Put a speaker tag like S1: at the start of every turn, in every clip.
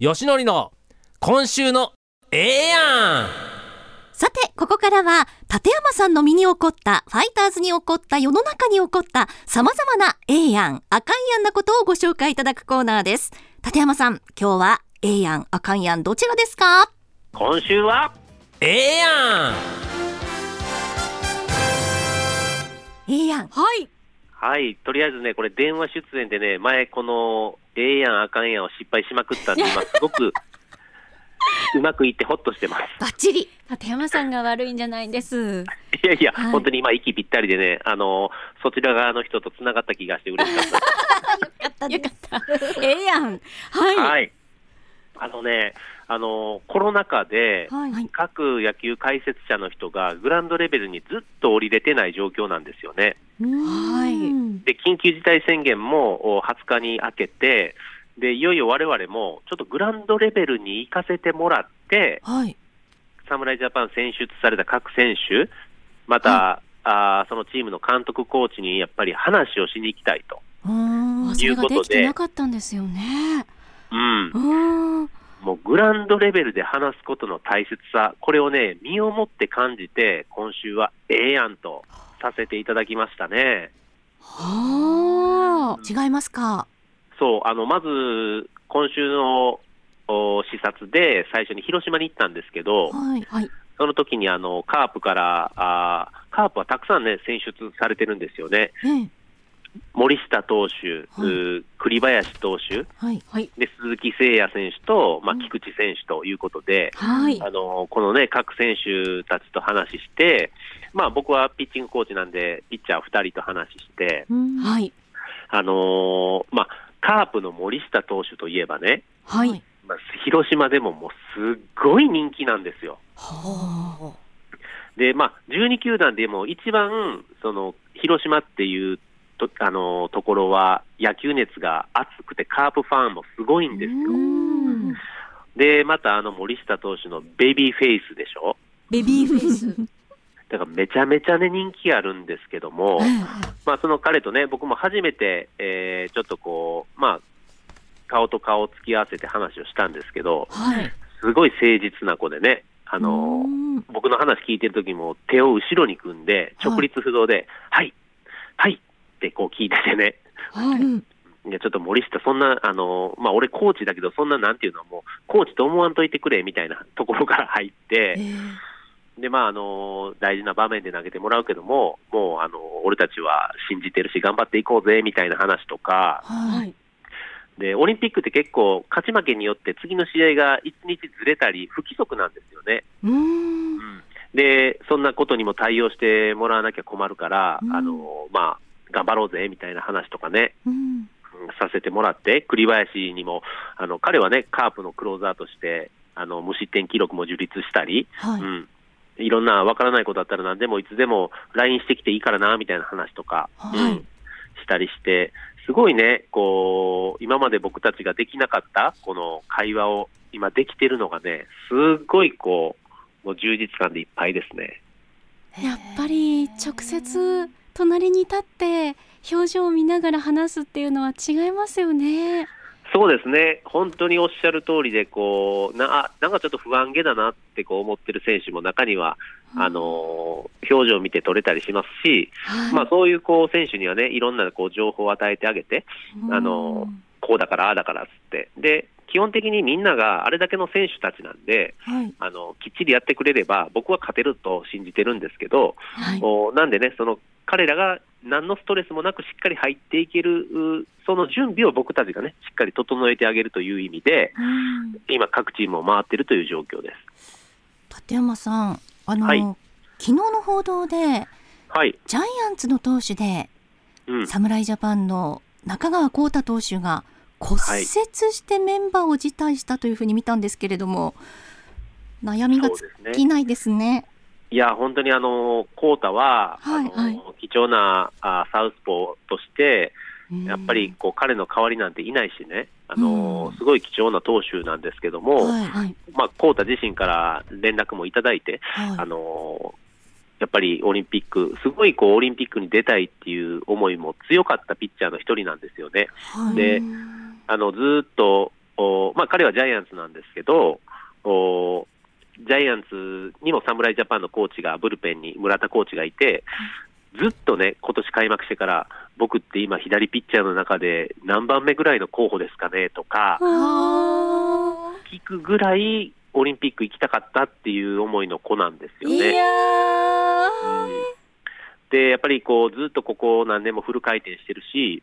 S1: よしのりの今週のええやん
S2: さて、ここからは、立山さんの身に起こった、ファイターズに起こった、世の中に起こった、様々な A やん、あかんやんなことをご紹介いただくコーナーです。立山さん、今日は A やん、あかんやん、どちらですか
S3: 今週は
S1: ええやん
S2: ?A やん。
S4: はい。
S3: はいとりあえずねこれ電話出演でね前このええやんあかんやんを失敗しまくったんで今すごくうまくいってほっとしてます
S2: バッチリ。
S4: 立山さんが悪いんじゃないんです。
S3: いやいや、
S4: はい
S3: 本当に今息ぴったりでねあのそちら側の人とつながった気がして嬉しかったです
S4: よかった。ええやん。はい。
S3: はい。あのね、あのコロナ禍で、
S4: はい。はい。
S3: 各野球解説者の人がグラウンドレベルにずっと降りれてない状況なんですよね。
S4: はい。
S3: で、緊急事態宣言もお20日に明けて、で、いよいよ我々もちょっとグラウンドレベルに行かせてもらって、
S4: はい。
S3: 侍ジャパン選出された各選手、また、あーそのチームの監督、コーチにやっぱり話をしに行きたいと。
S4: あそれができてなかったんですよね。
S3: うん
S4: う。ん。
S3: もうグランドレベルで話すことの大切さ、これをね、身をもって感じて、今週はええやんとさせていただきましたね。
S4: はあ。
S2: 違いますか
S3: そう、あの、まず、今週のお視察で最初に広島に行ったんですけど、
S2: はい。
S4: はい。
S3: その時にあの、カープから、あーカープはたくさんね、選出されてるんですよね。
S4: え
S3: 森下投手、
S2: はいう
S3: ー栗林投手、
S4: はい。はい。
S3: で、鈴木誠也選手と、まあ、
S2: うん
S3: 菊池選手ということで、
S4: はい。
S3: あのこのね、各選手たちと話して、まあ、僕はピッチングコーチなんで、ピッチャー2人と話して、
S2: は。
S4: はいい。
S3: あのーまあ、カープの森下投手といえばね、
S4: はい。
S3: まあ、広島でももうすっごい人気なんですよ。
S4: は
S3: で、まあ、12球団でも一番その広島っていうと,、あのーところは野球熱が熱くて、カープファンもすごいんです
S4: あ。
S3: よ。
S4: うん。
S3: で、またあの森下投手のベビーフェイスでしょ。
S4: ベビーフェイス。
S3: だからめちゃめちゃね人気あるんですけども、まあ、その彼とね、僕も初めて、えーちょっとこう、まあ、顔と顔を突き合わせて話をしたんですけど、
S4: はい。
S3: すごい誠実な子でね、あ
S4: あ
S3: の僕の話聞いてる時も手を後ろに組んで、
S4: はい
S3: 直立不動で、はい、はい、ってこう聞いててね、
S4: はい。
S3: いやちょっと森下、そんな、あのまあ、俺、コーチだけど、そんななんていうのは、もう、コーチと思わんといてくれみたいな ところから入って、で、まあ、あの、大事な場面で投げてもらうけども、もう、あの、俺たちは信じてるし、頑張っていこうぜ、みたいな話とか、
S4: は
S2: はい。
S4: い。
S3: で、オリンピックって結構、勝ち負けによって、次の試合が1日ずれたり、不規則なんですよね。
S4: うん。
S3: で、そんなことにも対応してもらわなきゃ困るから、
S4: うん
S3: あの、まあ、頑張ろうぜ、みたいな話とかね、
S4: うん。
S3: うんさせてもらって、栗林にも、あの、彼はね、カープのクローザーとして、あの、無失点記録も樹立したり、
S4: はい。
S3: うん、いろんな分からないことだったら何でもいつでも LINE してきていいからなみたいな話とか、
S4: はい
S3: うんしたりしてすごいねこう今まで僕たちができなかったこの会話を今できてるのがねすっごいこうもう充実感でいっぱいですね。
S4: やっぱり直接隣に立って表情を見ながら話すっていうのは違いますよね。
S3: そうですね本当におっしゃる通りでこうなあなんかちょっと不安げだなってこう思ってる選手も中には、あの表情を見て取れたりしますし、
S4: はい、
S3: まあ、そういうこう選手にはねいろんなこう情報を与えてあげてあのこうだから、ああだからっつって。で、基本的にみんながあれだけの選手たちなんで、
S4: はい、
S3: あの、きっちりやってくれれば、僕は勝てると信じてるんですけど、
S4: はい、
S3: おなんでね、その、彼らが何のストレスもなくしっかり入っていける、うその準備を僕たちがね、しっかり整えてあげるという意味で、
S4: うん
S3: 今各チームを回ってるという状況です。
S2: 立山さん、あの、
S3: はい
S2: 昨日の報道で、
S3: はい。
S2: ジャイアンツの投手で、
S3: うん。
S2: 侍ジャパンの中川幸太投手が骨折してメンバーを辞退したというふうに見たんですけれども、悩みが
S3: そう
S2: 尽
S3: ですね。
S2: きないですね。
S3: いや、本当にあの、コータは、
S2: はい
S3: あの
S4: はい
S3: 貴重なあサウスポーとして、やっぱりこう彼の代わりなんていないしね、あのー
S2: うん
S3: すごい貴重な投手なんですけど
S2: うん、
S3: も、
S2: はいはい
S4: はい、
S3: まあ、コータ自身から連絡もいただいて、あ
S2: は
S3: のーやっぱりオリンピック、すごいこうオリンピックに出たいっていう思いも強かったピッチャーの一人なんですよね。
S2: い。
S3: で
S4: うん
S3: あのずーっとおまあ、彼はジャイアンツなんですけど、おジャイアンツにも侍ジャパンのコーチが、ブルペンに村田コーチがいて、ずっとね、今年開幕してから、僕って今、左ピッチャーの中で何番目ぐらいの候補ですかねとか、
S4: あ
S3: 聞くぐらいオリンピック行きたかったっていう思いの子なんですよ
S5: い
S3: ね。
S5: や
S3: うんでやっぱりこうずっとここ何年もフル回転してるし、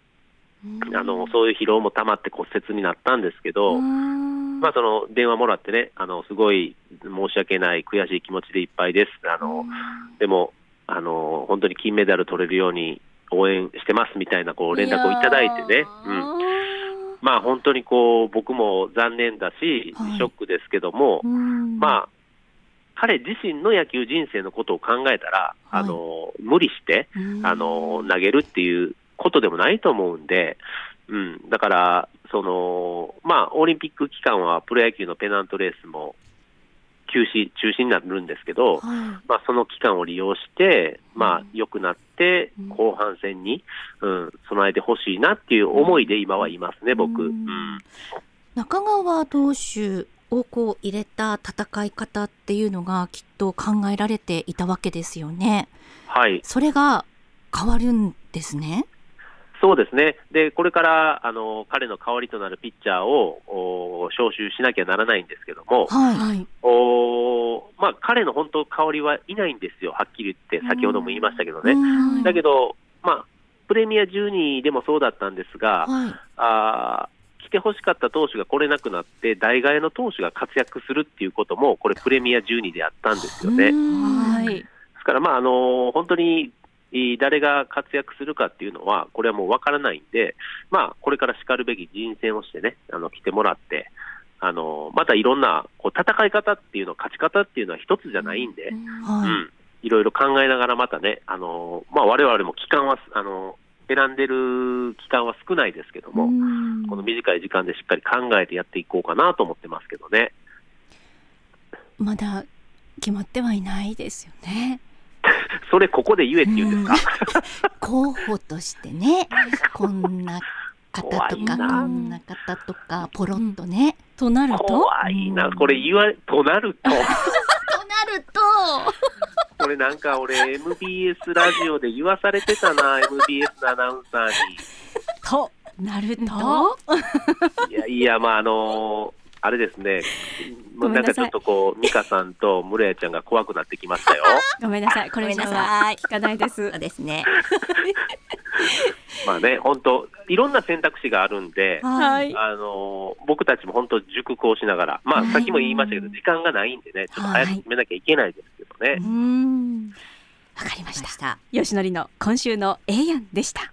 S3: あのそういう疲労も溜まって骨折になったんですけど、まあ、その電話もらってねあのすごい申し訳ない悔しい気持ちでいっぱいですあの、でもあの本当に金メダル取れるように応援してますみたいなこう連絡をいただいてね。うんまあ、本当にこう僕も残念だし、
S5: はい
S3: ショックですけども、まあ、彼自身の野球人生のことを考えたら、
S5: はい
S3: あの無理してあの投げるっていうことでもないと思うんで、うん、だからその、まあ、オリンピック期間はプロ野球のペナントレースも休止、中止になるんですけど、
S5: は
S3: まあ、その期間を利用して、ま
S5: う
S3: あ
S5: ん、
S3: 良くなって
S5: うん、
S3: 後半戦に、うん、備えてほしいなっていう思いで今はいますね、僕。
S5: う
S3: うんん
S5: い中川投手をこう入れた戦い方っていうのがきっと考えられていたわけですよね。
S3: はい、
S5: それが変わるんですね。
S3: そうですね。で、これから、あの、彼の代わりとなるピッチャーを、お招集しなきゃならないんですけども、
S5: はい。
S4: い
S3: おまあ、彼の本当、代わりはいないんですよ、はっきり言って、先ほども言いましたけどね。
S5: うん
S3: だけど、まあ、プレミア12でもそうだったんですが、
S5: はい。
S3: あー来てほしかった投手が来れなくなって、代替えの投手が活躍するっていうことも、これ、プレミア12であったんですよね。で
S4: はい
S3: すから、まああの本当にいい誰が活躍するかっていうのは、これはもう分からないんで、まあ、これからしかるべき人選をしてね、あの来てもらって、あのまたいろんなこう戦い方っていうの、勝ち方っていうのは一つじゃないんで。う
S5: はい。
S3: ん、いろいろ考えながらまたね、あのまあ、我々も期間は、あの選んでる期間は少ないですけども、この短い時間でしっかり考えてやっていこうかなと思ってますけどね。
S4: まだ決まってはいないですよね
S3: それここで言えって言うんですか、
S5: 候補としてね、こんな方と
S3: 怖い
S5: か、
S3: な
S5: こんな方とか、ポロッとね。
S4: となると
S3: 怖いうな、
S5: ん
S3: これ言わとなると、
S5: となると、
S3: これなんか俺、MBS ラジオで言わされてたな、MBS のアナウンサー
S4: となる
S5: と
S4: と
S3: に。いや、いや、まあ、あのあれですね、も
S4: ご
S3: う
S4: め
S3: なんん
S4: な
S3: か
S4: さ
S3: ち
S4: い
S3: ょっとこう、美香さんとムレヤちゃんが怖くなってきま したよ。
S4: ごめんなさいこれ以上
S5: ごめんな
S4: は聞かないです
S5: そうですね。
S3: まあね、本当、いろんな選択肢があるんで、
S4: はい
S3: あの僕たちも本当、熟考しながら、まあ、
S5: はい
S3: さっきも言いましたけど、時間がないんでね、ちょっと
S5: はい
S3: 早く決めなきゃいけないですけどね。
S5: うん。
S4: わかりま
S5: ま
S4: した
S5: した。
S4: 吉典の今週の A 案でした